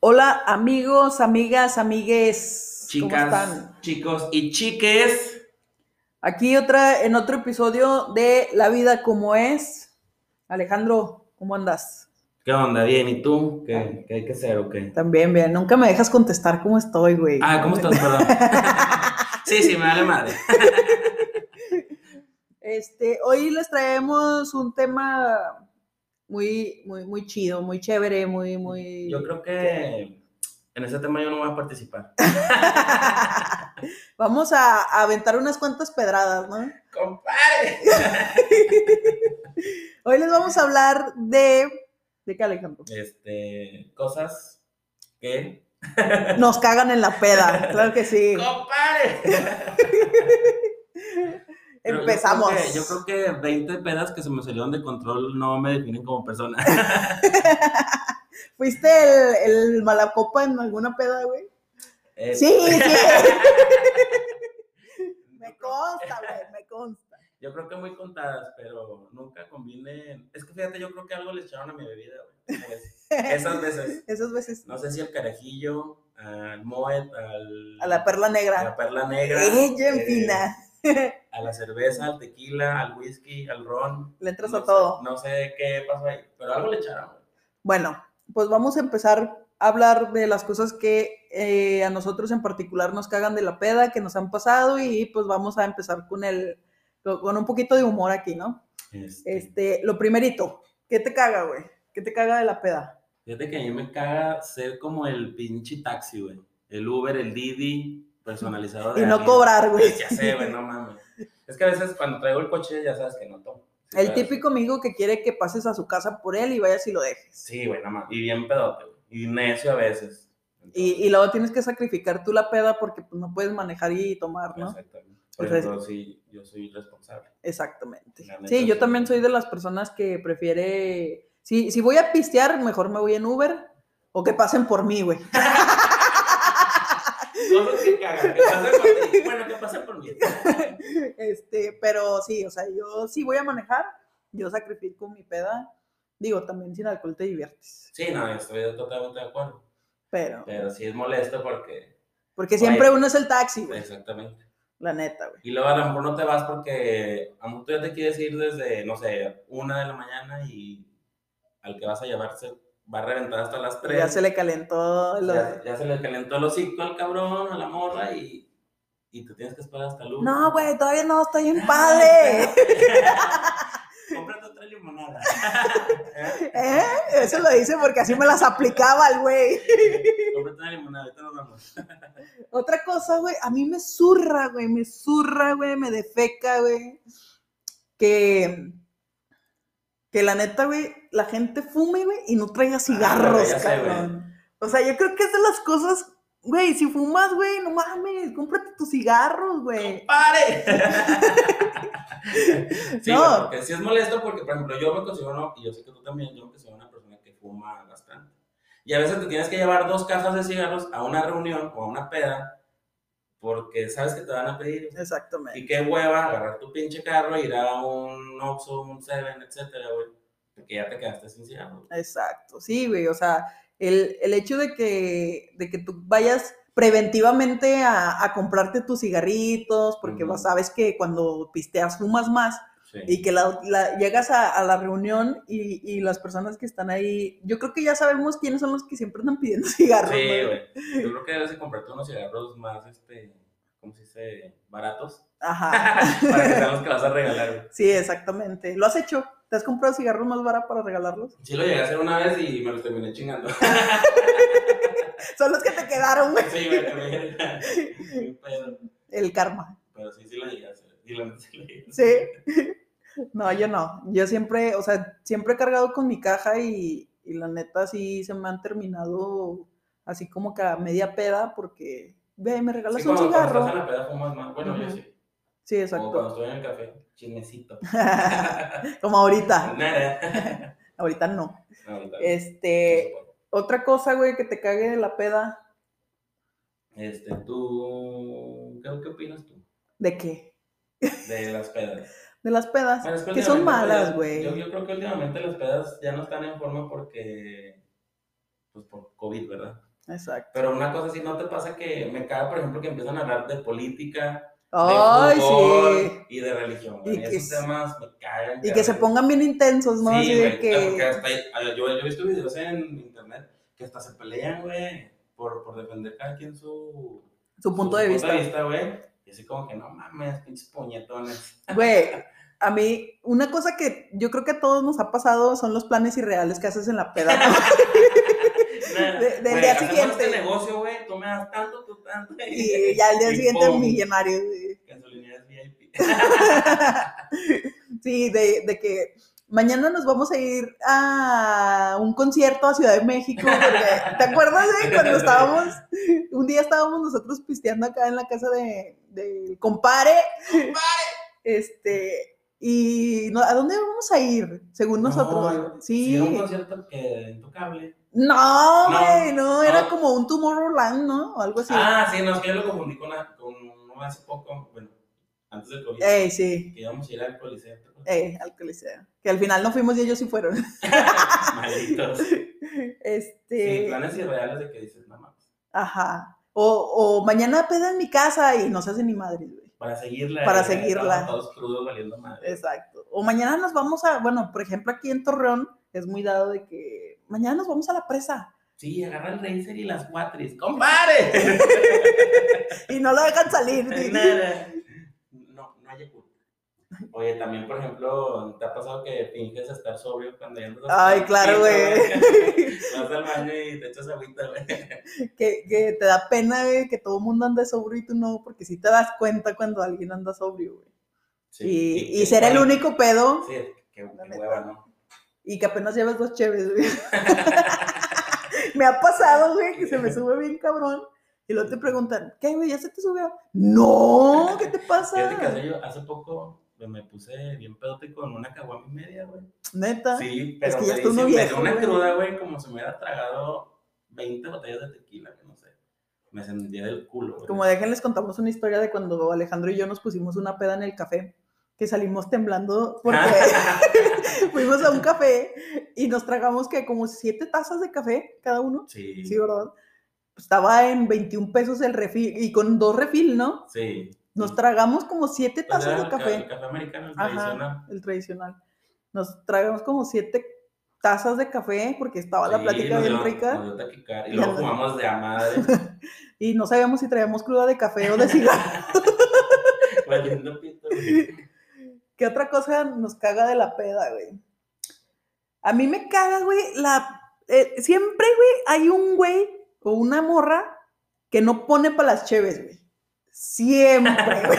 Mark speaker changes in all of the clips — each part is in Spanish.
Speaker 1: Hola amigos, amigas, amigues. ¿Cómo
Speaker 2: Chicas,
Speaker 1: están?
Speaker 2: chicos y chiques.
Speaker 1: Aquí otra, en otro episodio de La vida como es. Alejandro, ¿cómo andas?
Speaker 2: ¿Qué onda? Bien, ¿y tú? ¿Qué, qué hay que hacer o qué?
Speaker 1: También bien, nunca me dejas contestar cómo estoy, güey.
Speaker 2: Ah, ¿cómo estás? Perdón. sí, sí, me vale madre.
Speaker 1: Este, hoy les traemos un tema muy, muy, muy chido, muy chévere, muy, muy.
Speaker 2: Yo creo que en ese tema yo no voy a participar.
Speaker 1: Vamos a, a aventar unas cuantas pedradas, ¿no?
Speaker 2: ¡Compadre!
Speaker 1: Hoy les vamos a hablar de. ¿De qué, Alejandro?
Speaker 2: Este, cosas que...
Speaker 1: Nos cagan en la peda, claro que sí.
Speaker 2: ¡Compadre! Pero yo creo
Speaker 1: Empezamos.
Speaker 2: que- Yo creo, que, 20 pedas que se me salieron de control no me definen como persona.
Speaker 1: ¿Fuiste el, el malacopa en alguna peda, güey?
Speaker 2: Eh,
Speaker 1: Sí, sí. me consta, güey, me consta.
Speaker 2: Yo creo que muy contadas, pero nunca combinen. Es que fíjate, yo creo que algo le echaron a mi bebida, güey. Pues, Esas veces.
Speaker 1: Esas veces.
Speaker 2: No sé si al carajillo, al Moet, al,
Speaker 1: A la perla
Speaker 2: a
Speaker 1: negra.
Speaker 2: la perla negra.
Speaker 1: Ella
Speaker 2: eh,
Speaker 1: empina.
Speaker 2: a la cerveza, al tequila, al whisky, al ron.
Speaker 1: Le entras
Speaker 2: no
Speaker 1: a
Speaker 2: sé-
Speaker 1: todo.
Speaker 2: no sé qué pasó ahí, pero algo le echaron, güey.
Speaker 1: Bueno, pues vamos a empezar a hablar de las cosas que eh, a nosotros en particular nos cagan de la peda, que nos han pasado y pues vamos a empezar con el con un poquito de humor aquí, ¿no?
Speaker 2: Este,
Speaker 1: Este, lo primerito, ¿qué te caga, güey? ¿Qué te caga de la peda?
Speaker 2: Fíjate que a mí me caga ser como el pinche taxi, güey. El Uber, el Didi, personalizado de
Speaker 1: Y no
Speaker 2: alguien.
Speaker 1: cobrar, güey.
Speaker 2: Ya sé, güey, no mames. Es que a veces cuando traigo el coche ya sabes que no tomo. Sí,
Speaker 1: El
Speaker 2: sabes.
Speaker 1: típico amigo que quiere que pases a su casa por él y vayas y lo dejes.
Speaker 2: Sí, güey, no mames. Y bien pedote, güey. Y necio a veces.
Speaker 1: Y, y luego tienes que sacrificar tú la peda porque pues, no puedes manejar y tomar, ¿no?
Speaker 2: Exactamente. Por
Speaker 1: Entonces-
Speaker 2: ejemplo, sí, yo soy responsable.
Speaker 1: Exactamente.
Speaker 2: La neta,
Speaker 1: Sí, yo
Speaker 2: sí.
Speaker 1: también soy de las personas que prefiere. Si, si voy a pistear, mejor me voy en Uber o que pasen por mí, güey.
Speaker 2: Cosas que cagan, que pasen por ti. Bueno, que pasen por mí.
Speaker 1: Este, pero sí, o sea, yo sí voy a manejar, yo sacrifico mi peda. Digo, también sin alcohol te diviertes.
Speaker 2: Sí, no, estoy totalmente de acuerdo.
Speaker 1: Pero,
Speaker 2: Pero sí es molesto porque.
Speaker 1: porque
Speaker 2: Oye.
Speaker 1: siempre uno es el taxi, güey.
Speaker 2: Exactamente.
Speaker 1: La neta, güey.
Speaker 2: Y luego a lo mejor no te vas porque a lo mejor tú ya te quieres ir desde, no sé, una de la mañana y al que vas a llevarse va a reventar hasta las tres.
Speaker 1: Ya se le calentó. lo de-
Speaker 2: Ya- ya se le calentó el hocico al cabrón, a la morra y, y te tienes que esperar hasta el lunes.
Speaker 1: No, güey, todavía no, estoy en
Speaker 2: Ay,
Speaker 1: padre.
Speaker 2: espérate. Cómprate otra limonada.
Speaker 1: ¿Eh? Eso lo dice porque así me las aplicaba el güey.
Speaker 2: Cómprate una limonada, ahorita nos vamos.
Speaker 1: Otra cosa, güey, a mí me zurra, güey, me zurra, güey, me defeca, güey. Que, que la neta, güey, la gente fume, güey, y no traiga cigarros,
Speaker 2: Ah, ya sé,
Speaker 1: cabrón. O sea, yo creo que es de las cosas, güey, si fumas, güey, no mames, cómprate tus cigarros, güey.
Speaker 2: ¡Pare! sí,
Speaker 1: No.
Speaker 2: güey, porque sí es molesto porque, por ejemplo, yo me considero, una- y yo sé que tú también, yo me considero una persona que fuma bastante. Y a veces te tienes que llevar dos cajas de cigarros a una reunión o a una peda porque sabes que te van a pedir.
Speaker 1: Exactamente.
Speaker 2: Y qué hueva agarrar tu pinche carro e ir a un Oxxo, un Seven, etcétera, güey. Porque ya te quedaste sin cigarros.
Speaker 1: Exacto, sí, güey, o sea, el, el hecho de que, de que tú vayas preventivamente a, a comprarte tus cigarritos, porque
Speaker 2: Ujú.
Speaker 1: vas- sabes que cuando pisteas fumas más,
Speaker 2: Sí.
Speaker 1: y que la, la- llegas a, a la reunión y, y las personas que están ahí, yo creo que ya sabemos quiénes son los que siempre andan pidiendo cigarros.
Speaker 2: Sí,
Speaker 1: ¿no?
Speaker 2: güey. Yo creo que debes de comprarte unos cigarros más, este, ¿cómo se dice? Baratos.
Speaker 1: Ajá.
Speaker 2: para que sean los que vas a regalar, güey.
Speaker 1: Sí, exactamente. ¿Lo has hecho? ¿Te has comprado cigarros más baratos para regalarlos?
Speaker 2: Sí lo llegué a hacer una vez y me los terminé chingando.
Speaker 1: Son los que te quedaron, güey.
Speaker 2: sí, güey, también. pero,
Speaker 1: El karma.
Speaker 2: pero sí, sí lo llegué a hacer. Sí, la neta, sí lo llegué a hacer.
Speaker 1: Sí. No, yo no. Yo siempre, o sea, siempre he cargado con mi caja y, y la neta sí se me han terminado así como que a media peda porque, ve, me regalas
Speaker 2: Sí,
Speaker 1: un
Speaker 2: cuando, cuando estás en
Speaker 1: cigarro.
Speaker 2: la peda fumas más. Bueno, yo
Speaker 1: Ujú.
Speaker 2: sí.
Speaker 1: Sí,
Speaker 2: O cuando
Speaker 1: exacto.
Speaker 2: estoy en el café, chismecito.
Speaker 1: como ahorita.
Speaker 2: Nada.
Speaker 1: Ahorita no.
Speaker 2: No, ahorita.
Speaker 1: Este, otra cosa, güey, que te cague de la peda.
Speaker 2: Este, tú, ¿qué, qué opinas tú
Speaker 1: ¿De qué?
Speaker 2: de las pedas?
Speaker 1: de las pedas,
Speaker 2: Bueno, es
Speaker 1: que son
Speaker 2: últimamente,
Speaker 1: malas,
Speaker 2: pues,
Speaker 1: güey.
Speaker 2: Yo, yo creo que últimamente las pedas ya no están en forma porque, pues por COVID, ¿verdad?
Speaker 1: Exacto.
Speaker 2: Pero una cosa sí, ¿no te pasa que me caga, por ejemplo, que empiezan a hablar de política,
Speaker 1: Ay,
Speaker 2: de fútbol
Speaker 1: sí.
Speaker 2: y de religión?
Speaker 1: Y
Speaker 2: güey?
Speaker 1: que
Speaker 2: esos
Speaker 1: s-
Speaker 2: temas me cagan.
Speaker 1: Y que
Speaker 2: cabrón.
Speaker 1: se pongan bien intensos, ¿no? Así
Speaker 2: Sí,
Speaker 1: de
Speaker 2: güey, porque
Speaker 1: que.
Speaker 2: hasta ahí- yo, yo he visto videos en internet que hasta se pelean, güey, por, por defender cada quien su...
Speaker 1: Su punto de vista.
Speaker 2: güey. Y así como que, no mames, pinches puñetones.
Speaker 1: Güey, a mí, una cosa que yo creo que a todos nos ha pasado son los planes irreales que haces en la peda. ¿no?
Speaker 2: Nah,
Speaker 1: De- del
Speaker 2: güey,
Speaker 1: día
Speaker 2: hacemos
Speaker 1: siguiente.
Speaker 2: este negocio, güey, tú me das tanto, tú tanto.
Speaker 1: y ya al día
Speaker 2: Y
Speaker 1: siguiente
Speaker 2: pum,
Speaker 1: millonario. güey.
Speaker 2: Gasolineras VIP.
Speaker 1: Sí, de, de que mañana nos vamos a ir a un concierto a Ciudad de México. porque- ¿Te acuerdas de cuando estábamos? Un día estábamos nosotros pisteando acá en la casa de, del compare. Este. Y no, ¿a dónde vamos a ir? Según
Speaker 2: No,
Speaker 1: nosotros. sí.
Speaker 2: Sí, un concierto que intocable.
Speaker 1: No,
Speaker 2: No,
Speaker 1: güey, no, era
Speaker 2: no.
Speaker 1: como un Tomorrowland, ¿no? O algo así.
Speaker 2: Ah, sí, no, es que yo lo confundí con, la- con uno hace poco, bueno, antes del COVID.
Speaker 1: Ey, sí,
Speaker 2: Que íbamos a ir al coliseo.
Speaker 1: ey, al Coliseo. Que al final no fuimos y ellos sí fueron.
Speaker 2: Malditos. Sí,
Speaker 1: Este,
Speaker 2: planes irreales de que dices, no mames.
Speaker 1: ajá. O, o mañana peda en mi casa y no se hace ni madre, güey.
Speaker 2: Para seguirla.
Speaker 1: Para
Speaker 2: eh,
Speaker 1: seguirla. Eh.
Speaker 2: estamos Todos crudos valiendo madre.
Speaker 1: Exacto. O mañana nos vamos a, bueno, por ejemplo, aquí en Torreón es muy dado de que mañana nos vamos a la presa
Speaker 2: Sí, agarra el racer y las cuatris. ¡Compare!
Speaker 1: y no la dejan salir.
Speaker 2: Ay,
Speaker 1: sí.
Speaker 2: nada. No, no hay culpa. Oye, también, por ejemplo, ¿te ha pasado que finges estar sobrio cuando ya andas
Speaker 1: Ay,
Speaker 2: hasta el
Speaker 1: claro,
Speaker 2: pito,
Speaker 1: güey.
Speaker 2: Vas al baño y te echas agüita, güey.
Speaker 1: que, que te da pena, güey, que todo el mundo ande sobrio y tú no, porque sí te das cuenta cuando alguien anda sobrio, güey. y, y
Speaker 2: que-
Speaker 1: ser el único pedo
Speaker 2: Sí, qué, qué
Speaker 1: neta.
Speaker 2: hueva, ¿no?
Speaker 1: y que apenas llevas dos chéves, güey. me ha pasado, güey, que se me sube bien cabrón. Y luego te preguntan, ¿qué, güey? ¿Ya se te subió? No, ¿qué te
Speaker 2: Fíjate que hace,
Speaker 1: pasa?
Speaker 2: yo, hace poco me- me puse bien pedote con una caguama y media, güey.
Speaker 1: Neta.
Speaker 2: Sí, pero
Speaker 1: Ah, que
Speaker 2: me
Speaker 1: ya está uno
Speaker 2: dice, me dio
Speaker 1: viejo,
Speaker 2: una
Speaker 1: güey.
Speaker 2: cruda, güey, como si me hubiera tragado 20 botellas de tequila, güey, no sé. Me sentía del culo, güey.
Speaker 1: Como déjenles contamos una historia de cuando Alejandro y yo nos pusimos una peda en el café, que salimos temblando porque fuimos a un café y nos tragamos que como siete tazas de café cada uno.
Speaker 2: Sí,
Speaker 1: Sí, ¿verdad? Pues, Estaba en 21 pesos el refil y con dos refil, ¿no?
Speaker 2: sí.
Speaker 1: Nos tragamos como siete
Speaker 2: Pues
Speaker 1: tazas
Speaker 2: era
Speaker 1: de
Speaker 2: el ca-
Speaker 1: café,
Speaker 2: El café americano, el
Speaker 1: Ajá.
Speaker 2: tradicional.
Speaker 1: el tradicional. Nos tragamos como siete tazas de café porque estaba Oh, la
Speaker 2: Sí,
Speaker 1: plática
Speaker 2: nos
Speaker 1: bien
Speaker 2: dio-
Speaker 1: rica
Speaker 2: nos dio taquicardia. Y
Speaker 1: Y
Speaker 2: luego
Speaker 1: ando-
Speaker 2: fumamos de a madre,
Speaker 1: y no sabíamos si traíamos cruda de café o de cigarro.
Speaker 2: valiendo pito, güey.
Speaker 1: ¿Qué otra cosa nos caga de la peda, güey? A mí me caga, güey, la... eh, siempre, güey, hay un güey o una morra que no pone para las cheves, güey. Siempre, güey.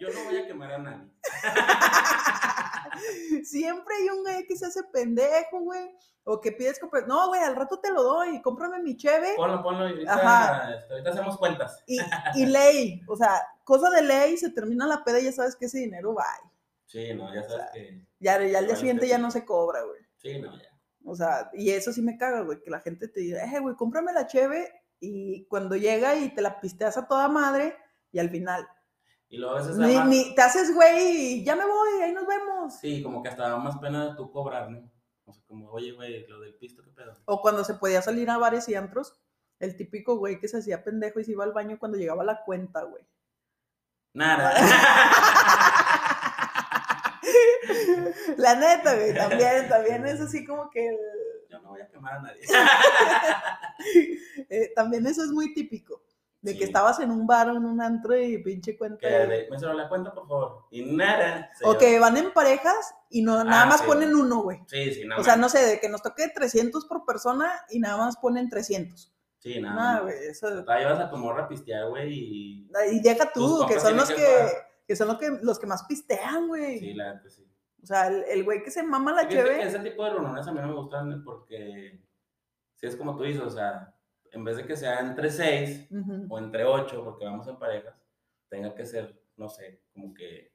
Speaker 2: Yo no voy a quemar a nadie.
Speaker 1: Siempre hay un güey que se hace pendejo, güey. O que pides comprar. No, güey, al rato te lo doy. Cómprame mi cheve.
Speaker 2: Ponlo, ponlo y ahorita,
Speaker 1: Ajá.
Speaker 2: este, ahorita hacemos cuentas.
Speaker 1: Y, y ley. O sea, cosa de ley. Se termina la peda y ya sabes que ese dinero va.
Speaker 2: Sí, no, ya sabes que.
Speaker 1: Ya, ya al
Speaker 2: Vale,
Speaker 1: día siguiente ya no se cobra, güey.
Speaker 2: Sí, no, ya.
Speaker 1: O sea, y eso sí me caga, güey. Que la gente te diga, eh, güey, cómprame la cheve. Y cuando llega y te la pisteas a toda madre. Y al final,
Speaker 2: Y luego a veces. da
Speaker 1: ni,
Speaker 2: más-
Speaker 1: ni- te haces, güey, y ya me voy, ahí nos vemos.
Speaker 2: Sí, como que hasta da más pena tú cobrar, ¿no? O sea, como, oye, güey, lo del pisto, ¿qué pedo?
Speaker 1: O cuando se podía salir a bares y antros, el típico güey que se hacía pendejo y se iba al baño cuando llegaba la cuenta, güey.
Speaker 2: Nada.
Speaker 1: La neta, güey, también, también es así como que, el-
Speaker 2: Yo no voy a quemar a nadie.
Speaker 1: eh, también eso es muy típico, de
Speaker 2: Sí.
Speaker 1: que estabas en un bar o en un antro y pinche cuenta.
Speaker 2: Que
Speaker 1: de-
Speaker 2: de, me solo la cuenta, por favor. Y nada. se
Speaker 1: O
Speaker 2: lleva.
Speaker 1: que van en parejas y no, nada
Speaker 2: Ah,
Speaker 1: más
Speaker 2: sí.
Speaker 1: ponen uno, güey.
Speaker 2: Sí, sí, nada.
Speaker 1: O sea, no sé, de que nos toque 300 por persona y nada más ponen 300.
Speaker 2: Sí, nada.
Speaker 1: Nada,
Speaker 2: más.
Speaker 1: güey, eso...
Speaker 2: Te llevas a tu morra a pistear, güey, y...
Speaker 1: Y deja
Speaker 2: Tus
Speaker 1: tú, que son
Speaker 2: compas tienen
Speaker 1: los
Speaker 2: que
Speaker 1: que,
Speaker 2: pagar.
Speaker 1: que son los que, los que más pistean, güey.
Speaker 2: Sí, la neta, sí.
Speaker 1: O sea, el, el güey que se mama la
Speaker 2: Fíjate que
Speaker 1: cheve.
Speaker 2: ese tipo de reuniones a mí no me gustan porque... Si es como tú dices, o sea, en vez de que sea entre seis
Speaker 1: Ujú.
Speaker 2: o entre ocho, porque vamos en parejas, tenga que ser, no sé, como que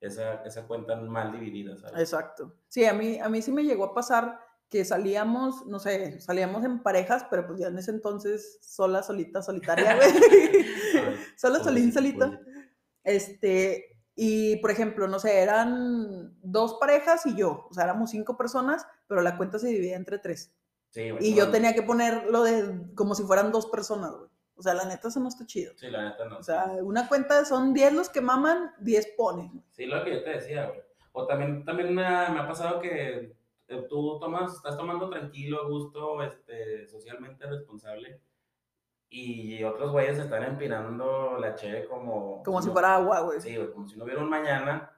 Speaker 2: esa, esa cuenta mal dividida, ¿sabes?
Speaker 1: Exacto. Sí, a mí, a mí sí me llegó a pasar que salíamos, no sé, salíamos en parejas, pero pues ya en ese entonces sola, solita, solitaria, güey.
Speaker 2: A ver,
Speaker 1: sola, solín,
Speaker 2: pobrecito,
Speaker 1: solita. Este, Y, por ejemplo, no sé, eran dos parejas y yo, o sea, éramos cinco personas, pero la cuenta se dividía entre tres.
Speaker 2: Sí, güey.
Speaker 1: Y
Speaker 2: no,
Speaker 1: yo tenía que ponerlo de como si fueran dos personas, güey. O sea, la neta, eso no está chido.
Speaker 2: Sí, la neta no.
Speaker 1: O sea, una cuenta son 10 los que maman, 10 ponen.
Speaker 2: Sí, lo que yo te decía, güey. O también, también ah, me ha pasado que eh, tú tomas, estás tomando tranquilo, a gusto, este, socialmente responsable. Y otros güeyes están empinando la cheve como...
Speaker 1: Como si fuera agua, güey.
Speaker 2: Sí, güey, como si no hubiera un mañana.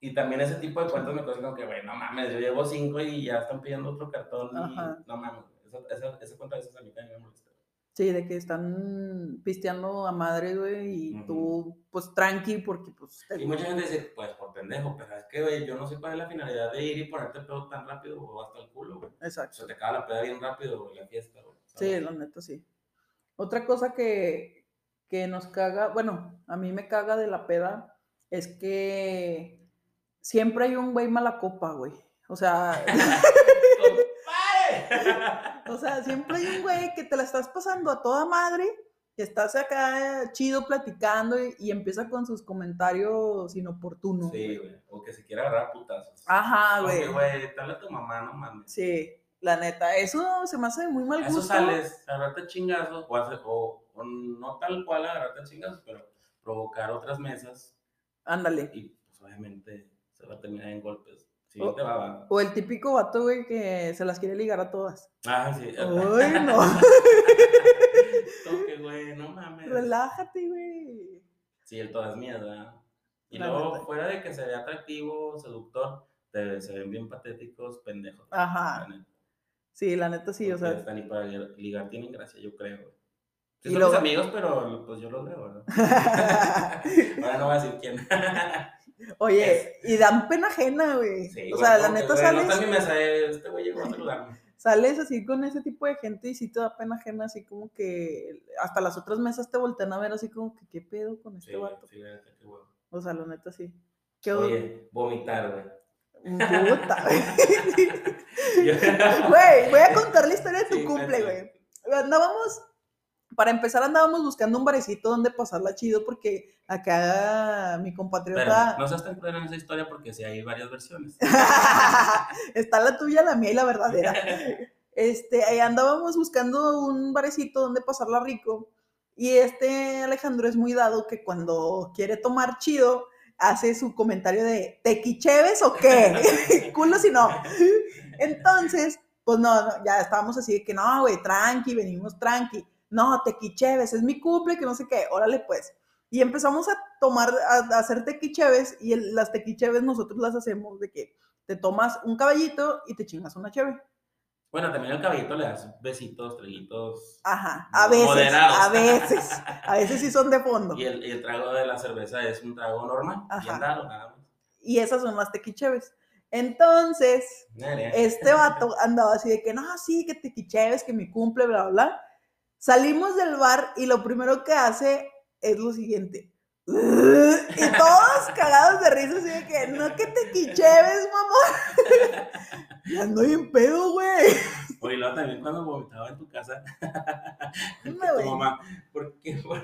Speaker 2: Y también ese tipo de cuentas me causan como que, güey, no mames, yo llevo cinco y ya están pidiendo otro cartón y
Speaker 1: Ajá.
Speaker 2: no mames. Esa, esa, esa cuenta de esas a mí también me molesta.
Speaker 1: Sí, de que están pisteando a madre, güey, y
Speaker 2: Ujú.
Speaker 1: tú, pues, tranqui, porque, pues, te-
Speaker 2: Y mucha gente dice, pues por pendejo, pero es que, güey, yo no sé cuál es la finalidad de ir y ponerte el pedo tan rápido o hasta el culo, güey. Se
Speaker 1: exacto.
Speaker 2: te acaba la peda bien rápido, güey, la fiesta, güey.
Speaker 1: Sí,
Speaker 2: ¿sabes?
Speaker 1: la neta, sí. Otra cosa que, que nos caga, bueno, a mí me caga de la peda, es que siempre hay un güey mala copa, güey. O sea,
Speaker 2: ¡Compadre!
Speaker 1: O sea, siempre hay un güey que te la estás pasando a toda madre, que estás acá chido platicando y, y empieza con sus comentarios inoportunos.
Speaker 2: Sí,
Speaker 1: güey.
Speaker 2: güey. O que se quiera agarrar a putazos.
Speaker 1: Ajá,
Speaker 2: Como que,
Speaker 1: Ah, güey.
Speaker 2: güey, dale a tu mamá, no mames.
Speaker 1: Sí, la neta, eso se me hace de muy mal
Speaker 2: A eso
Speaker 1: gusto.
Speaker 2: sales, agarrarte a chingazos, o, hace- o- o no tal cual agarrarte a chingazos, pero provocar otras mesas
Speaker 1: Ándale.
Speaker 2: y pues obviamente se va a terminar en golpes. Si
Speaker 1: Oh.
Speaker 2: no te va, va.
Speaker 1: O el típico vato, güey, que se las quiere ligar a todas.
Speaker 2: Ah, sí.
Speaker 1: Ay, no.
Speaker 2: Toque, güey, no mames.
Speaker 1: Relájate, güey.
Speaker 2: Sí, el todas mías, ¿verdad? Y
Speaker 1: La
Speaker 2: luego,
Speaker 1: neta.
Speaker 2: fuera de que se vea atractivo, seductor, te- se ven bien patéticos, pendejos.
Speaker 1: Ajá.
Speaker 2: La neta.
Speaker 1: Sí, la neta Ah, sí, o
Speaker 2: Porque
Speaker 1: sea.
Speaker 2: hasta ni para li- ligar tienen gracia, yo creo, güey. Sí
Speaker 1: Y
Speaker 2: son
Speaker 1: luego-
Speaker 2: mis amigos, pero pues yo los veo, ¿verdad? Ahora no voy a decir quién.
Speaker 1: Oye, y dan pena ajena, güey.
Speaker 2: Sí,
Speaker 1: o
Speaker 2: güey,
Speaker 1: sea, la
Speaker 2: como que,
Speaker 1: neta
Speaker 2: güey,
Speaker 1: sales.
Speaker 2: No está en mi mesa, eh, este güey llegó a saludarme.
Speaker 1: sales así con ese tipo de gente y sí te da pena ajena, así como que hasta las otras mesas te voltean a ver así como que qué pedo con este
Speaker 2: Sí, güey,
Speaker 1: vato.
Speaker 2: sí, la neta, qué huevo.
Speaker 1: O sea, la neta sí. Qué
Speaker 2: Oye, vomitar, güey.
Speaker 1: puta, güey.
Speaker 2: Yo-
Speaker 1: Güey, voy a contar la historia de tu
Speaker 2: Sí,
Speaker 1: cumple,
Speaker 2: cuéntame.
Speaker 1: güey. Andábamos, para empezar andábamos buscando un barecito donde pasarla chido porque acá mi compatriota
Speaker 2: Espérame, no seas tan cruel en esa historia porque sí hay varias versiones.
Speaker 1: Está la tuya, la mía y la verdadera. Este, ahí andábamos buscando un barecito donde pasarla rico. Y este Alejandro es muy dado que cuando quiere tomar chido, hace su comentario de ¿te quicheves o qué? Culo si no. Entonces, pues no, no, ya estábamos así de que no, güey, tranqui, venimos tranqui. No, tequicheves, es mi cumple, que no sé qué, órale pues. Y empezamos a tomar, a, a hacer tequicheves y el- las tequicheves nosotros las hacemos de que te tomas un caballito y te chingas una cheve.
Speaker 2: Bueno, también al caballito le das besitos, traguitos.
Speaker 1: Ajá, a veces,
Speaker 2: Moderados.
Speaker 1: a veces, a veces sí son de fondo.
Speaker 2: Y el, y el trago de la cerveza es un trago normal,
Speaker 1: Ah, Ajá.
Speaker 2: bien dado, nada más.
Speaker 1: Y esas son las tequicheves. Entonces,
Speaker 2: Nere.
Speaker 1: este vato andaba así de que, no, sí, que te quicheves, que mi cumple, bla, bla, bla. Salimos del bar y lo primero que hace es lo siguiente. Y todos cagados de risa, así de que, no, que te quicheves, mamón. Y ando bien pedo, güey.
Speaker 2: Oye, luego también cuando vomitaba en tu casa,
Speaker 1: Me,
Speaker 2: tu
Speaker 1: güey.
Speaker 2: mamá, ¿por qué? fue?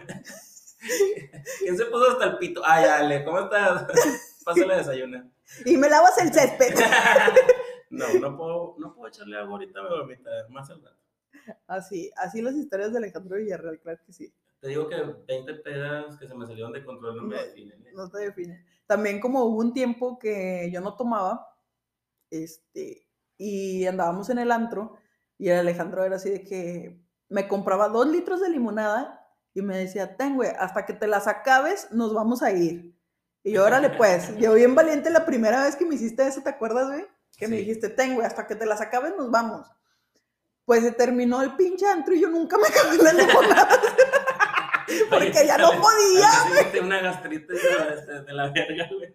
Speaker 2: ¿Quién se puso hasta el pito? Ay, Ale, ¿cómo estás? Pásale a desayunar.
Speaker 1: Y me lavas el césped.
Speaker 2: No, no puedo, no puedo echarle agua ahorita, me vomita, más al rato.
Speaker 1: Así, así las historias de Alejandro Villarreal, claro que sí,
Speaker 2: Te digo que 20 pedas que se me salieron de control no me
Speaker 1: No.
Speaker 2: definen. ¿eh?
Speaker 1: no te define. También como hubo un tiempo que yo no tomaba, este, y andábamos en el antro, y el Alejandro era así de que me compraba dos litros de limonada y me decía, ten, güey, hasta que te las acabes, nos vamos a ir. Y yo, órale, pues, yo bien valiente la primera vez que me hiciste eso, ¿te acuerdas, güey? Que me
Speaker 2: Sí.
Speaker 1: dijiste, ten, güey, hasta que te las acabes, nos vamos. Pues se terminó el pinche antro y yo nunca me acabé la limonada porque
Speaker 2: Oye,
Speaker 1: ya no
Speaker 2: Ale,
Speaker 1: podía.
Speaker 2: Ale, sí, tengo una gastritis de la, este, de- de la verga, güey.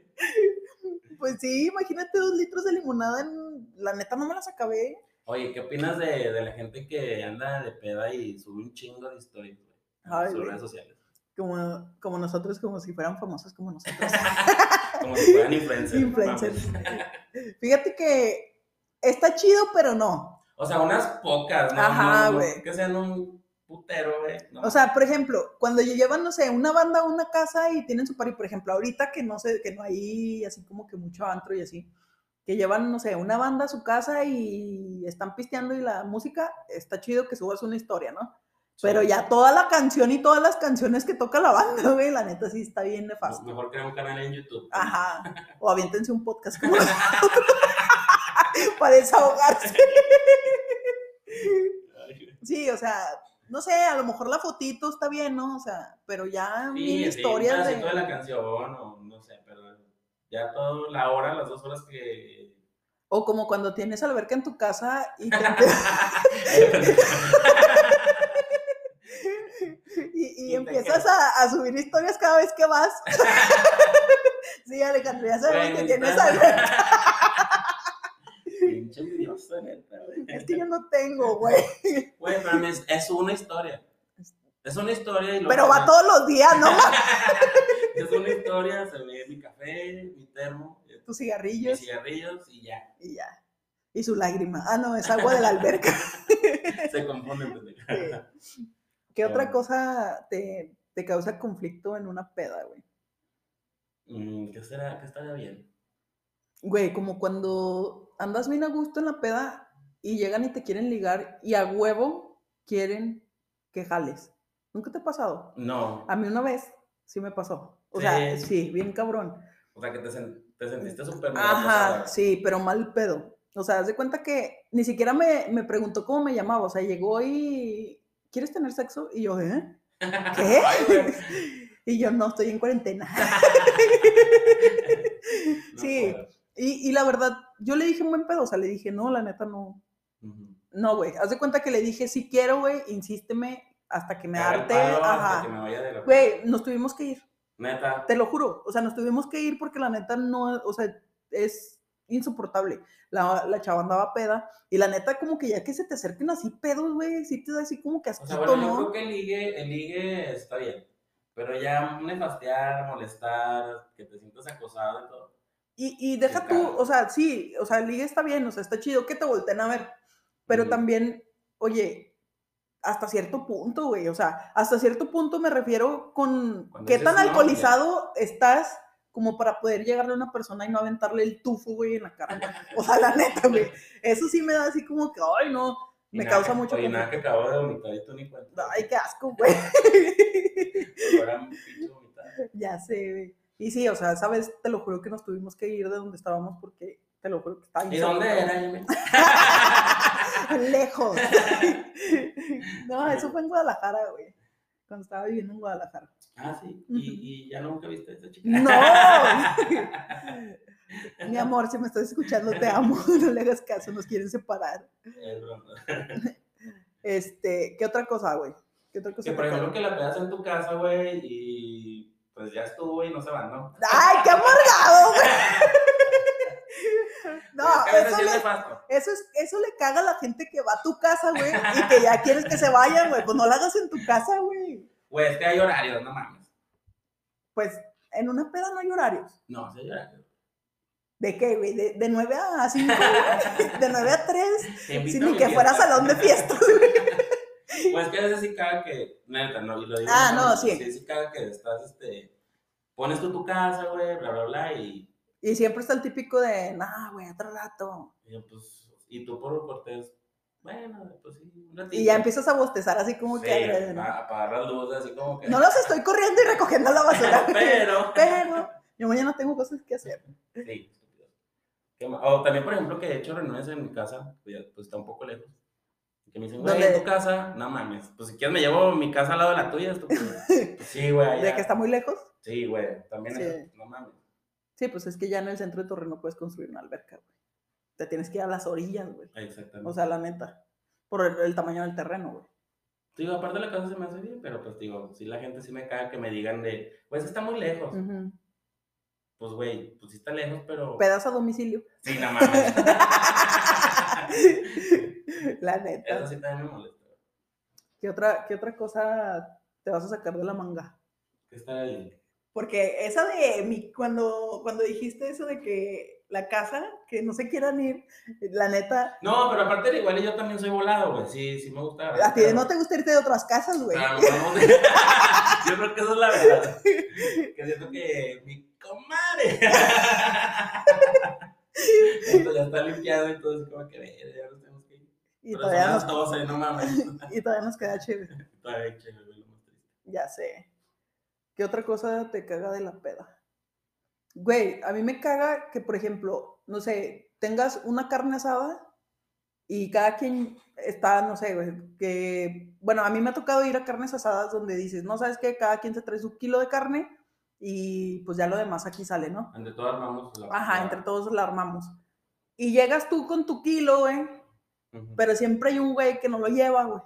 Speaker 1: Pues sí, imagínate dos litros de limonada en... La neta no me las acabé.
Speaker 2: Oye, ¿qué opinas de, de la gente que anda de peda y sube un chingo de historias, güey?
Speaker 1: Ay,
Speaker 2: En sus
Speaker 1: güey.
Speaker 2: redes sociales.
Speaker 1: Como, como nosotros, como si fueran famosos como nosotros.
Speaker 2: Como si fueran influencers. no
Speaker 1: Influencers.
Speaker 2: mames.
Speaker 1: Fíjate que está chido, pero no.
Speaker 2: O sea, unas pocas, ¿no?
Speaker 1: Ajá,
Speaker 2: No, no
Speaker 1: güey.
Speaker 2: Que sean un putero, güey. No.
Speaker 1: O sea, por ejemplo, cuando yo llevan, no sé, una banda a una casa y tienen su party, por ejemplo, ahorita que no sé, que no hay así como que mucho antro y así, que llevan, no sé, una banda a su casa y están pisteando y la música, está chido que subas una historia, ¿no? Pero
Speaker 2: Sí.
Speaker 1: ya toda la canción y todas las canciones que toca la banda, güey, la neta sí está bien
Speaker 2: Pues
Speaker 1: nefasto.
Speaker 2: mejor crea un canal en YouTube.
Speaker 1: Ajá. O aviéntense un podcast como nosotros para desahogarse.
Speaker 2: Ay, güey.
Speaker 1: Sí, o sea, no sé, a lo mejor la fotito está bien, ¿no? O sea, pero ya mil
Speaker 2: Sí,
Speaker 1: historias de...
Speaker 2: de... la canción o no sé, pero ya toda la hora, las dos horas que...
Speaker 1: O como cuando tienes alberca en tu casa y te, y, y
Speaker 2: Y te
Speaker 1: empiezas a, a subir historias cada vez que vas. sí, Alejandro, ya sabemos
Speaker 2: Güey,
Speaker 1: que tienes
Speaker 2: está-
Speaker 1: alberca.
Speaker 2: Pinche envidioso, neta, güey.
Speaker 1: Es que yo no tengo, güey.
Speaker 2: Güey, pero me- es una historia. Es una historia y lo
Speaker 1: Pero va todos los días, ¿no?
Speaker 2: Es una historia, se ve mi café, mi termo, eh,
Speaker 1: Tus
Speaker 2: mis
Speaker 1: cigarrillos
Speaker 2: cigarrillos y ya.
Speaker 1: y ya. Y su lágrima. Ah, no, es agua de la alberca.
Speaker 2: Se confunden. pendejo.
Speaker 1: Sí. ¿Qué otra
Speaker 2: Claro.
Speaker 1: cosa te, te causa conflicto en una peda, güey?
Speaker 2: Mm, ¿Qué será? ¿Qué estará bien?
Speaker 1: Güey, como cuando andas bien a gusto en la peda y llegan y te quieren ligar y a huevo quieren que jales. ¿Nunca te ha pasado?
Speaker 2: No.
Speaker 1: A mí una vez sí me pasó. O sea,
Speaker 2: Sí.
Speaker 1: sí, bien cabrón.
Speaker 2: O sea, que te, sen- te sentiste súper mal.
Speaker 1: Ajá, sí, pero mal pedo. O sea, haz de cuenta que ni siquiera me, me preguntó cómo me llamaba. O sea, llegó y. ¿Quieres tener sexo? Y yo, ¿eh? ¿Qué? y yo, no, estoy en cuarentena. Sí. Y, y la verdad, yo le dije un buen pedo. O sea, le dije, no, la neta no. No, güey. Haz de cuenta que le dije, si quiero, güey, insísteme hasta que me
Speaker 2: Me harté.
Speaker 1: arte.
Speaker 2: Que
Speaker 1: Ajá.
Speaker 2: me vaya de la...
Speaker 1: Güey, nos tuvimos que ir.
Speaker 2: Neta.
Speaker 1: Te lo juro. O sea, nos tuvimos que ir porque la neta no, o sea, es insoportable. La, la chava andaba peda y la neta como que ya que se te acerquen así pedos, güey, sí te da así como que
Speaker 2: O sea,
Speaker 1: asquito,
Speaker 2: bueno, yo
Speaker 1: ¿no?
Speaker 2: creo que el ligue, el ligue está bien. Pero ya nefastear, molestar, que te sientas acosado y todo.
Speaker 1: Y, y deja
Speaker 2: Sí,
Speaker 1: tú,
Speaker 2: claro.
Speaker 1: o sea, sí, o sea, el ligue está bien, o sea, está chido que te volteen a ver, pero
Speaker 2: Ujú.
Speaker 1: también, oye, hasta cierto punto, güey, o sea, hasta cierto punto me refiero con
Speaker 2: Cuando
Speaker 1: qué
Speaker 2: dices,
Speaker 1: tan
Speaker 2: "No, ya".
Speaker 1: alcoholizado estás como para poder llegarle a una persona y no aventarle el tufo, güey, en la cara. güey. O sea, la neta, güey, eso sí me da así como que, ay, no,
Speaker 2: Y
Speaker 1: Me
Speaker 2: nada
Speaker 1: causa
Speaker 2: que-
Speaker 1: mucho
Speaker 2: Oye, nada que acabo de vomitar y tú ni cuenta.
Speaker 1: ay, qué asco, güey.
Speaker 2: Ahora un pinche vomitar.
Speaker 1: ya sé, güey. Y sí, o sea, esa vez te lo juro que nos tuvimos que ir de donde estábamos porque te lo juro que estaba
Speaker 2: ¿Y dónde
Speaker 1: insoportable.
Speaker 2: era? Jimmy?
Speaker 1: lejos. no, eso fue en Guadalajara, güey. Cuando estaba viviendo en Guadalajara.
Speaker 2: Ah, sí.
Speaker 1: Ujú.
Speaker 2: ¿Y, y ya nunca viste a esa chica?
Speaker 1: ¡No! Mi amor, si me estás escuchando, te amo. No le hagas caso, nos quieren separar.
Speaker 2: Es broma.
Speaker 1: Este, ¿qué otra cosa, güey? ¿Qué otra cosa?
Speaker 2: Que por
Speaker 1: te
Speaker 2: ejemplo
Speaker 1: caga?
Speaker 2: que la pedas en tu casa, güey, y pues ya estuvo y no se van, ¿no?
Speaker 1: ¡Ay, qué amargado, güey! No,
Speaker 2: Pues, cada
Speaker 1: eso
Speaker 2: vez es
Speaker 1: le,
Speaker 2: nefasto.
Speaker 1: eso, es, eso le caga a la gente que va a tu casa, güey, y que ya quieres que se vayan, güey. Pues no lo hagas en tu casa, güey.
Speaker 2: Güey, es que hay horarios, no mames.
Speaker 1: Pues en una peda no hay horarios.
Speaker 2: No, sí hay horarios.
Speaker 1: ¿De qué, güey? ¿De, de 9 a 5? ¿De 9 a 3?
Speaker 2: Te invito
Speaker 1: Si
Speaker 2: a
Speaker 1: ni
Speaker 2: mi
Speaker 1: que fuera
Speaker 2: fiesta.
Speaker 1: salón de fiestas, güey.
Speaker 2: Pues que a veces sí caga que, neta, no, y lo digo.
Speaker 1: Ah,
Speaker 2: neta,
Speaker 1: no, sí.
Speaker 2: Sí, sí caga que estás, este, pones tú tu casa, güey, bla, bla, bla, y,
Speaker 1: Y siempre está el típico de, nah, güey, otro rato.
Speaker 2: y yo, pues, y tú por cortés, bueno, pues sí, un ratito.
Speaker 1: Y ya empiezas a bostezar así como que...
Speaker 2: Sí,
Speaker 1: agrede,
Speaker 2: pa-
Speaker 1: ¿no?
Speaker 2: apagar las luces, así como que.
Speaker 1: No los estoy corriendo y recogiendo la basura, güey.
Speaker 2: pero.
Speaker 1: Pero yo mañana tengo cosas que hacer.
Speaker 2: Sí, estúpido. ¿Qué más? O también, por ejemplo, que he hecho reuniones en mi casa, que ya, pues está un poco lejos. y Que me dicen, güey,
Speaker 1: ¿Dónde?
Speaker 2: ¿en tu casa? No mames. Pues si quieres me llevo mi casa al lado de la tuya, estúpido. Pues, sí, güey.
Speaker 1: De
Speaker 2: allá.
Speaker 1: que está muy lejos.
Speaker 2: Sí, güey. También
Speaker 1: Sí.
Speaker 2: eso, no mames.
Speaker 1: Sí, pues es que ya en el centro de Torre no puedes construir una alberca, güey. Te tienes que ir a las orillas, güey.
Speaker 2: Exactamente.
Speaker 1: O sea, la neta. Por el, el tamaño del terreno, güey.
Speaker 2: digo, aparte la casa se me hace bien, pero pues digo, si la gente sí me caga que me digan de, pues está muy lejos.
Speaker 1: Ujú.
Speaker 2: Pues güey, pues sí está lejos, pero.
Speaker 1: Pedazo a domicilio.
Speaker 2: Sí, no mames.
Speaker 1: la neta.
Speaker 2: eso sí también me molesta.
Speaker 1: ¿Qué otra, ¿Qué otra cosa te vas a sacar de la manga?
Speaker 2: ¿Qué está ahí?
Speaker 1: Porque esa de mi, cuando, cuando dijiste eso de que la casa, que no se quieran ir, la neta,
Speaker 2: No, pero aparte de igual yo también soy volado, güey. Sí, sí me gusta.
Speaker 1: a ti no te gusta irte de otras casas, güey.
Speaker 2: Claro, vamos de- Yo creo que eso es la verdad. Que siento que mi comadre. Esto ya está limpiado y todo es como que "Verga, ya nos tenemos que ir.
Speaker 1: Y
Speaker 2: Pero
Speaker 1: todavía,
Speaker 2: somos
Speaker 1: nos,
Speaker 2: todos ahí, no mames.
Speaker 1: y todavía nos queda chévere.
Speaker 2: Ay, chévere, güey, lo más triste.
Speaker 1: Ya sé. ¿Qué otra cosa te caga de la peda? Güey, a mí me caga que, por ejemplo, no sé, tengas una carne asada y cada quien está, no sé, güey, que, bueno, a mí me ha tocado ir a carnes asadas donde dices, no sabes que cada quien se trae su kilo de carne y pues ya lo demás aquí sale, ¿no?
Speaker 2: Entre todos armamos la.
Speaker 1: Ajá, entre todos la armamos. Y llegas tú con tu kilo, güey,
Speaker 2: Ujú.
Speaker 1: pero siempre hay un güey que no lo lleva, güey,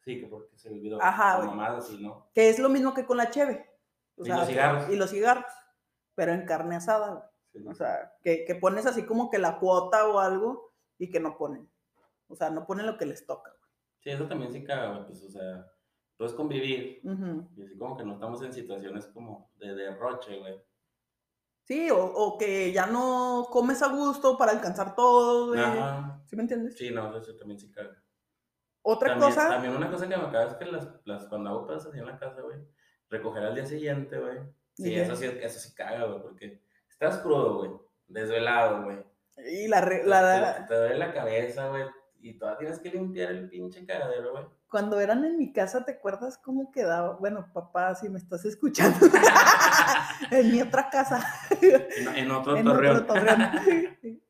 Speaker 2: Sí, que porque se olvidó.
Speaker 1: Ajá,
Speaker 2: La
Speaker 1: güey.
Speaker 2: mamada, sí, ¿no?
Speaker 1: que es lo mismo que con la cheve. O
Speaker 2: Y los
Speaker 1: que-
Speaker 2: cigarros.
Speaker 1: Y los cigarros, pero en carne asada, güey.
Speaker 2: Sí,
Speaker 1: O
Speaker 2: sí.
Speaker 1: sea, que, que pones así como que la cuota o algo y que no ponen. O sea, no ponen lo que les toca.
Speaker 2: Sí, eso también sí caga, güey. Pues, o sea, todo es convivir.
Speaker 1: güey. Ujú.
Speaker 2: Y así como que no estamos en situaciones como de derroche, güey.
Speaker 1: Sí, o, o que ya no comes a gusto para alcanzar todo, güey.
Speaker 2: Ajá.
Speaker 1: ¿Sí me entiendes?
Speaker 2: Sí, no, eso también sí caga.
Speaker 1: Otra
Speaker 2: también,
Speaker 1: cosa,
Speaker 2: También una cosa que me acaba es que las, las cuando hago pedas así en la casa, güey, recoger al día siguiente, güey. Sí,
Speaker 1: Ujú.
Speaker 2: eso sí, eso sí caga, güey, porque estás crudo, güey, desvelado, güey.
Speaker 1: y la, re- la- la-
Speaker 2: Te, te duele la cabeza, güey, y todavía tienes que limpiar el pinche cagadero, güey.
Speaker 1: cuando eran en mi casa, ¿te acuerdas cómo quedaba? Bueno, papá, si me estás escuchando, en mi otra casa,
Speaker 2: En, en otro
Speaker 1: en
Speaker 2: torreón.
Speaker 1: otro torreón,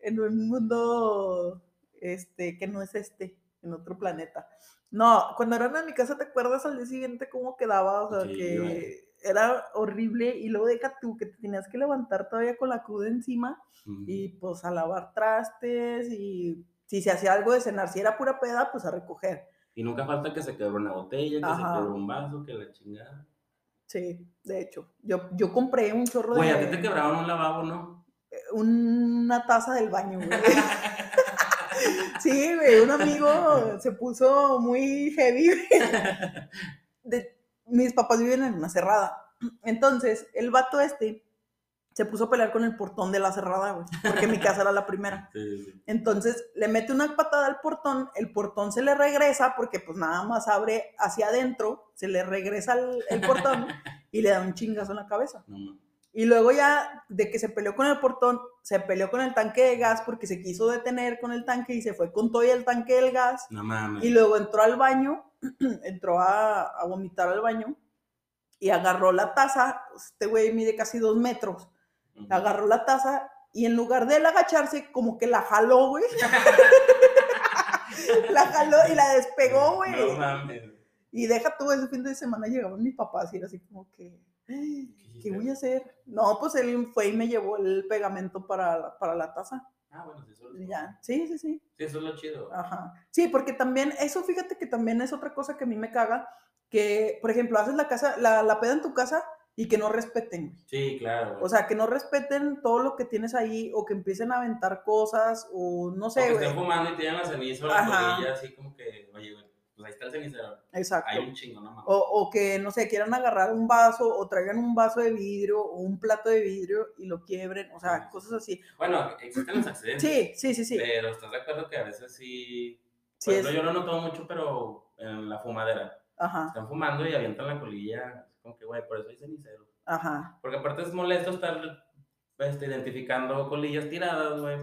Speaker 1: en un mundo este, que no es este, en otro planeta. No, cuando eran en mi casa, ¿te acuerdas al día siguiente cómo quedaba? O sea,
Speaker 2: Sí,
Speaker 1: que
Speaker 2: güey.
Speaker 1: era horrible y luego deja tú que te tenías que levantar todavía con la cruda encima
Speaker 2: Ujú.
Speaker 1: y pues a lavar trastes y si se hacía algo de cenar, si era pura peda, pues a recoger.
Speaker 2: Y nunca falta que se quebró una botella, que
Speaker 1: Ajá.
Speaker 2: se quebró un vaso, que la chingada.
Speaker 1: Sí, de hecho. Yo, yo compré un chorro
Speaker 2: Güey, a ti te
Speaker 1: de.
Speaker 2: quebraron un lavabo, ¿no?
Speaker 1: Una taza del baño, güey. sí, güey, un amigo se puso muy heavy. güey. De- mis papás viven en una cerrada. Entonces, el vato este se puso a pelear con el portón de la cerrada, güey. Porque mi casa era la primera.
Speaker 2: Sí, sí, sí.
Speaker 1: Entonces le mete una patada al portón, el portón se le regresa porque pues nada más abre hacia adentro, se le regresa el, el portón y le da un chingazo en la cabeza.
Speaker 2: No, mames.
Speaker 1: Y luego ya de que se peleó con el portón, se peleó con el tanque de gas porque se quiso detener con el tanque y se fue con todo y el tanque del gas.
Speaker 2: no mames.
Speaker 1: Y luego entró al baño, entró a, a vomitar al baño y agarró la taza. Este güey mide casi dos metros
Speaker 2: Ujú.
Speaker 1: agarró la taza y en lugar de él agacharse, como que la jaló, güey. la jaló y la despegó, güey.
Speaker 2: No mames.
Speaker 1: y deja tú, ese fin de semana llegaban mis papás y era así como que, "Ay, ¿qué voy a hacer? No, pues él fue y me llevó el pegamento para, la- para la taza.
Speaker 2: Ah, bueno, sí, eso es
Speaker 1: Y Ya, sí, sí, sí.
Speaker 2: Sí, eso es lo chido.
Speaker 1: Ajá. Sí, porque también, eso fíjate que también es otra cosa que a mí me caga, que, por ejemplo, haces la casa, la, la peda en tu casa y que no respeten, güey.
Speaker 2: Sí, claro. güey.
Speaker 1: O sea, que no respeten todo lo que tienes ahí o que empiecen a aventar cosas o no
Speaker 2: O que
Speaker 1: sé, güey.
Speaker 2: estén fumando y tienen la ceniza o la
Speaker 1: Ajá.
Speaker 2: colilla, así como que, oye, güey, pues ahí está el cenicero. Hay
Speaker 1: Exacto.
Speaker 2: un chingo, no mames.
Speaker 1: O, o que, no sé, quieran agarrar un vaso o traigan un vaso de vidrio o un plato de vidrio y lo quiebren. O sea,
Speaker 2: Sí.
Speaker 1: cosas así.
Speaker 2: Bueno, existen los accidentes.
Speaker 1: Sí, sí, sí, sí.
Speaker 2: Pero estás de acuerdo que a veces sí.
Speaker 1: Sí,
Speaker 2: Por ejemplo,
Speaker 1: es-
Speaker 2: Yo lo noto mucho, pero en la fumadera.
Speaker 1: Ajá,
Speaker 2: Están fumando y avientan la colilla. Es como que, güey, por eso hay cenicero.
Speaker 1: ajá.
Speaker 2: Porque aparte es molesto estar este, identificando colillas tiradas, güey.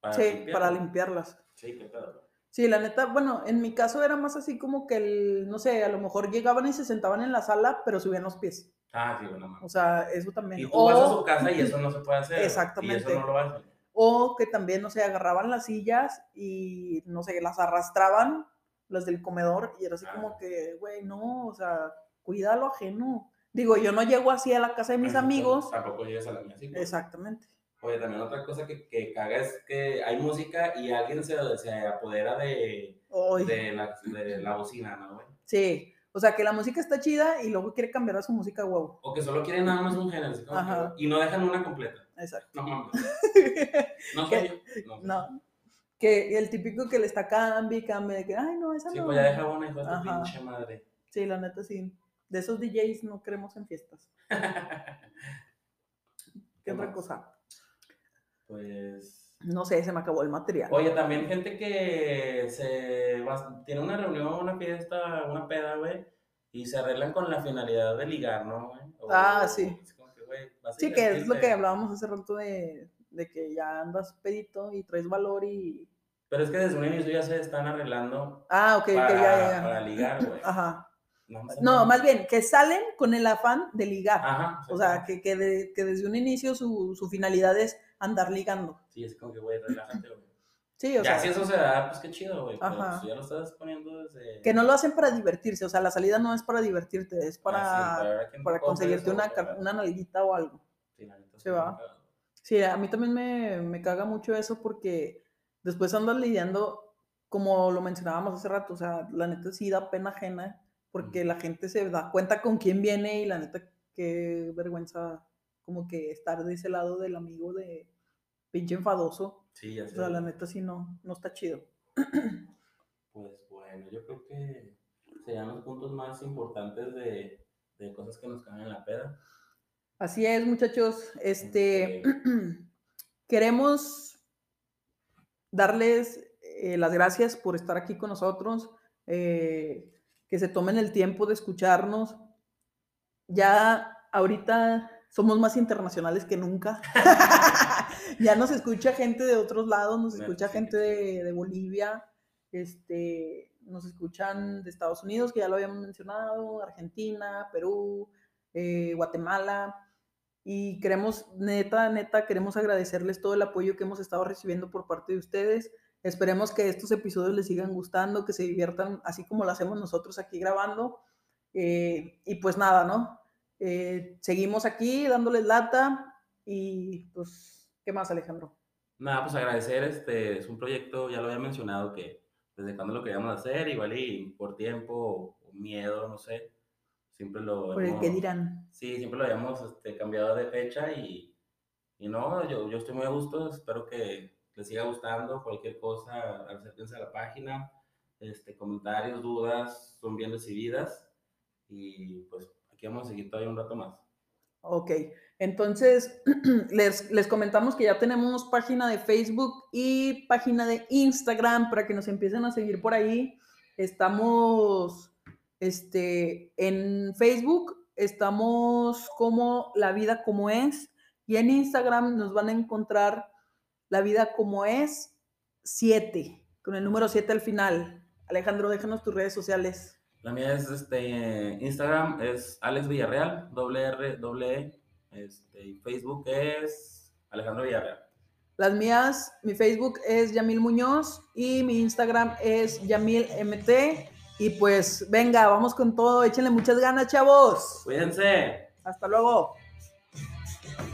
Speaker 2: para
Speaker 1: sí,
Speaker 2: limpiar.
Speaker 1: para limpiarlas.
Speaker 2: Sí, qué pedo. güey.
Speaker 1: Sí, la neta, bueno, en mi caso era más así como que el, no sé, a lo mejor llegaban y se sentaban en la sala, pero subían los pies.
Speaker 2: Ah, sí, bueno, mames.
Speaker 1: O sea, eso también.
Speaker 2: Y tú
Speaker 1: O-
Speaker 2: vas a su casa y eso no se puede hacer. güey,
Speaker 1: Exactamente.
Speaker 2: Y eso no lo hacen.
Speaker 1: O que también, no sé, agarraban las sillas y, no sé, las arrastraban, las del comedor, y era así como
Speaker 2: Ah.
Speaker 1: que, güey, no, o sea, cuida lo ajeno. Digo, yo no llego así a la casa de mis
Speaker 2: Ajá,
Speaker 1: amigos.
Speaker 2: Tampoco llegas a la mía, sí, güey.
Speaker 1: Exactamente.
Speaker 2: Oye, también otra cosa que, que caga es que hay música y alguien se, se apodera de,
Speaker 1: Ay,
Speaker 2: de, la, de la bocina, ¿no, güey?
Speaker 1: Sí, o sea, que la música está chida y luego quiere cambiar a su música, wow.
Speaker 2: O que solo quieren nada más un género. así como
Speaker 1: Ajá.
Speaker 2: que- y no dejan una completa.
Speaker 1: Exacto.
Speaker 2: No mames. No soy yo. No.
Speaker 1: no. Que el típico que le está cambi, cambi, de que, ay, no, esa
Speaker 2: Sí,
Speaker 1: no.
Speaker 2: pues ya deja una hijo de tu
Speaker 1: Ajá.
Speaker 2: pinche madre.
Speaker 1: Sí, la neta, sí. De esos DJs no queremos en fiestas. ¿Qué
Speaker 2: ¿Qué
Speaker 1: otra
Speaker 2: más?
Speaker 1: cosa?
Speaker 2: Pues.
Speaker 1: No sé, se me acabó el material.
Speaker 2: Oye, también gente que se va- tiene una reunión, una fiesta, una peda, güey, y se arreglan con la finalidad de ligar, ¿no? güey? O-
Speaker 1: Ah, sí.
Speaker 2: es como que, güey, vas a
Speaker 1: Sí,
Speaker 2: ir
Speaker 1: que
Speaker 2: al
Speaker 1: es lo
Speaker 2: quince.
Speaker 1: que hablábamos hace rato de, de que ya andas pedito y traes valor y...
Speaker 2: Pero es que desde un inicio ya se están arreglando
Speaker 1: Ah, ok, ok,
Speaker 2: para,
Speaker 1: ya, ya, ya.
Speaker 2: para ligar, güey.
Speaker 1: Ajá.
Speaker 2: No, Ah, más-
Speaker 1: No, más bien, que salen con el afán de ligar.
Speaker 2: Ajá.
Speaker 1: O sea, que, que, de- que desde un inicio su, su finalidad es andar ligando.
Speaker 2: Sí, es como que, güey, relájate, güey.
Speaker 1: Sí, o
Speaker 2: ya
Speaker 1: sea,
Speaker 2: si eso se da, pues qué chido, güey. Pero
Speaker 1: Ajá.
Speaker 2: pues, ya lo estás poniendo desde...
Speaker 1: que no lo hacen para divertirse. O sea, la salida no es para divertirte, es
Speaker 2: Ah, sí,
Speaker 1: para,
Speaker 2: ver a quién
Speaker 1: para
Speaker 2: coges
Speaker 1: conseguirte
Speaker 2: o-
Speaker 1: una, car- una nalguita o algo.
Speaker 2: Sí, la neta,
Speaker 1: Se
Speaker 2: sí,
Speaker 1: va.
Speaker 2: nunca-
Speaker 1: Sí, a mí también me, me caga mucho eso porque después andas lidiando, como lo mencionábamos hace rato, o sea, la neta sí da pena ajena porque la gente se da cuenta con quién viene y la neta qué vergüenza como que estar de ese lado del amigo de pinche enfadoso.
Speaker 2: Sí, ya
Speaker 1: O
Speaker 2: sé.
Speaker 1: sea, la neta sí no, no está chido.
Speaker 2: Pues bueno, yo creo que serían los puntos más importantes de, de cosas que nos caen en la peda.
Speaker 1: Así es, muchachos. Este queremos darles eh, las gracias por estar aquí con nosotros, eh, que se tomen el tiempo de escucharnos. Ya ahorita somos más internacionales que nunca. ya nos escucha gente de otros lados, nos
Speaker 2: Neta,
Speaker 1: escucha
Speaker 2: sí,
Speaker 1: gente
Speaker 2: sí.
Speaker 1: de, de Bolivia, este, nos escuchan de Estados Unidos, que ya lo habíamos mencionado, Argentina, Perú, eh, Guatemala. Y queremos, neta, neta, queremos agradecerles todo el apoyo que hemos estado recibiendo por parte de ustedes. Esperemos que estos episodios les sigan gustando, que se diviertan así como lo hacemos nosotros aquí grabando. Eh, y pues nada, ¿no? Eh, seguimos aquí dándoles lata y pues, ¿qué más, Alejandro?
Speaker 2: Nada, pues agradecer, este, es un proyecto, ya lo había mencionado, que desde cuando lo queríamos hacer, igual y por tiempo o miedo, no sé, siempre lo...
Speaker 1: Por el
Speaker 2: hemos-
Speaker 1: que dirán.
Speaker 2: Sí, siempre lo habíamos este, cambiado de fecha y, y no, yo, yo estoy muy a gusto, espero que les siga gustando cualquier cosa, acérquense a la página, este, comentarios, dudas, son bien recibidas y pues aquí vamos a seguir todavía un rato más.
Speaker 1: Ok, entonces les, les comentamos que ya tenemos página de Facebook y página de Instagram para que nos empiecen a seguir por ahí. Estamos este, en Facebook, estamos como La Vida Como Es y en Instagram nos van a encontrar La Vida Como Es 7, con el número 7 al final. Alejandro, déjanos tus redes sociales.
Speaker 2: La mía es este, Instagram, es Alex Villarreal, doble R, doble E, este, y Facebook es Alejandro Villarreal.
Speaker 1: Las mías, mi Facebook es Yamil Muñoz y mi Instagram es YamilMT. Y pues venga, vamos con todo, échenle muchas ganas, chavos.
Speaker 2: Cuídense.
Speaker 1: Hasta luego.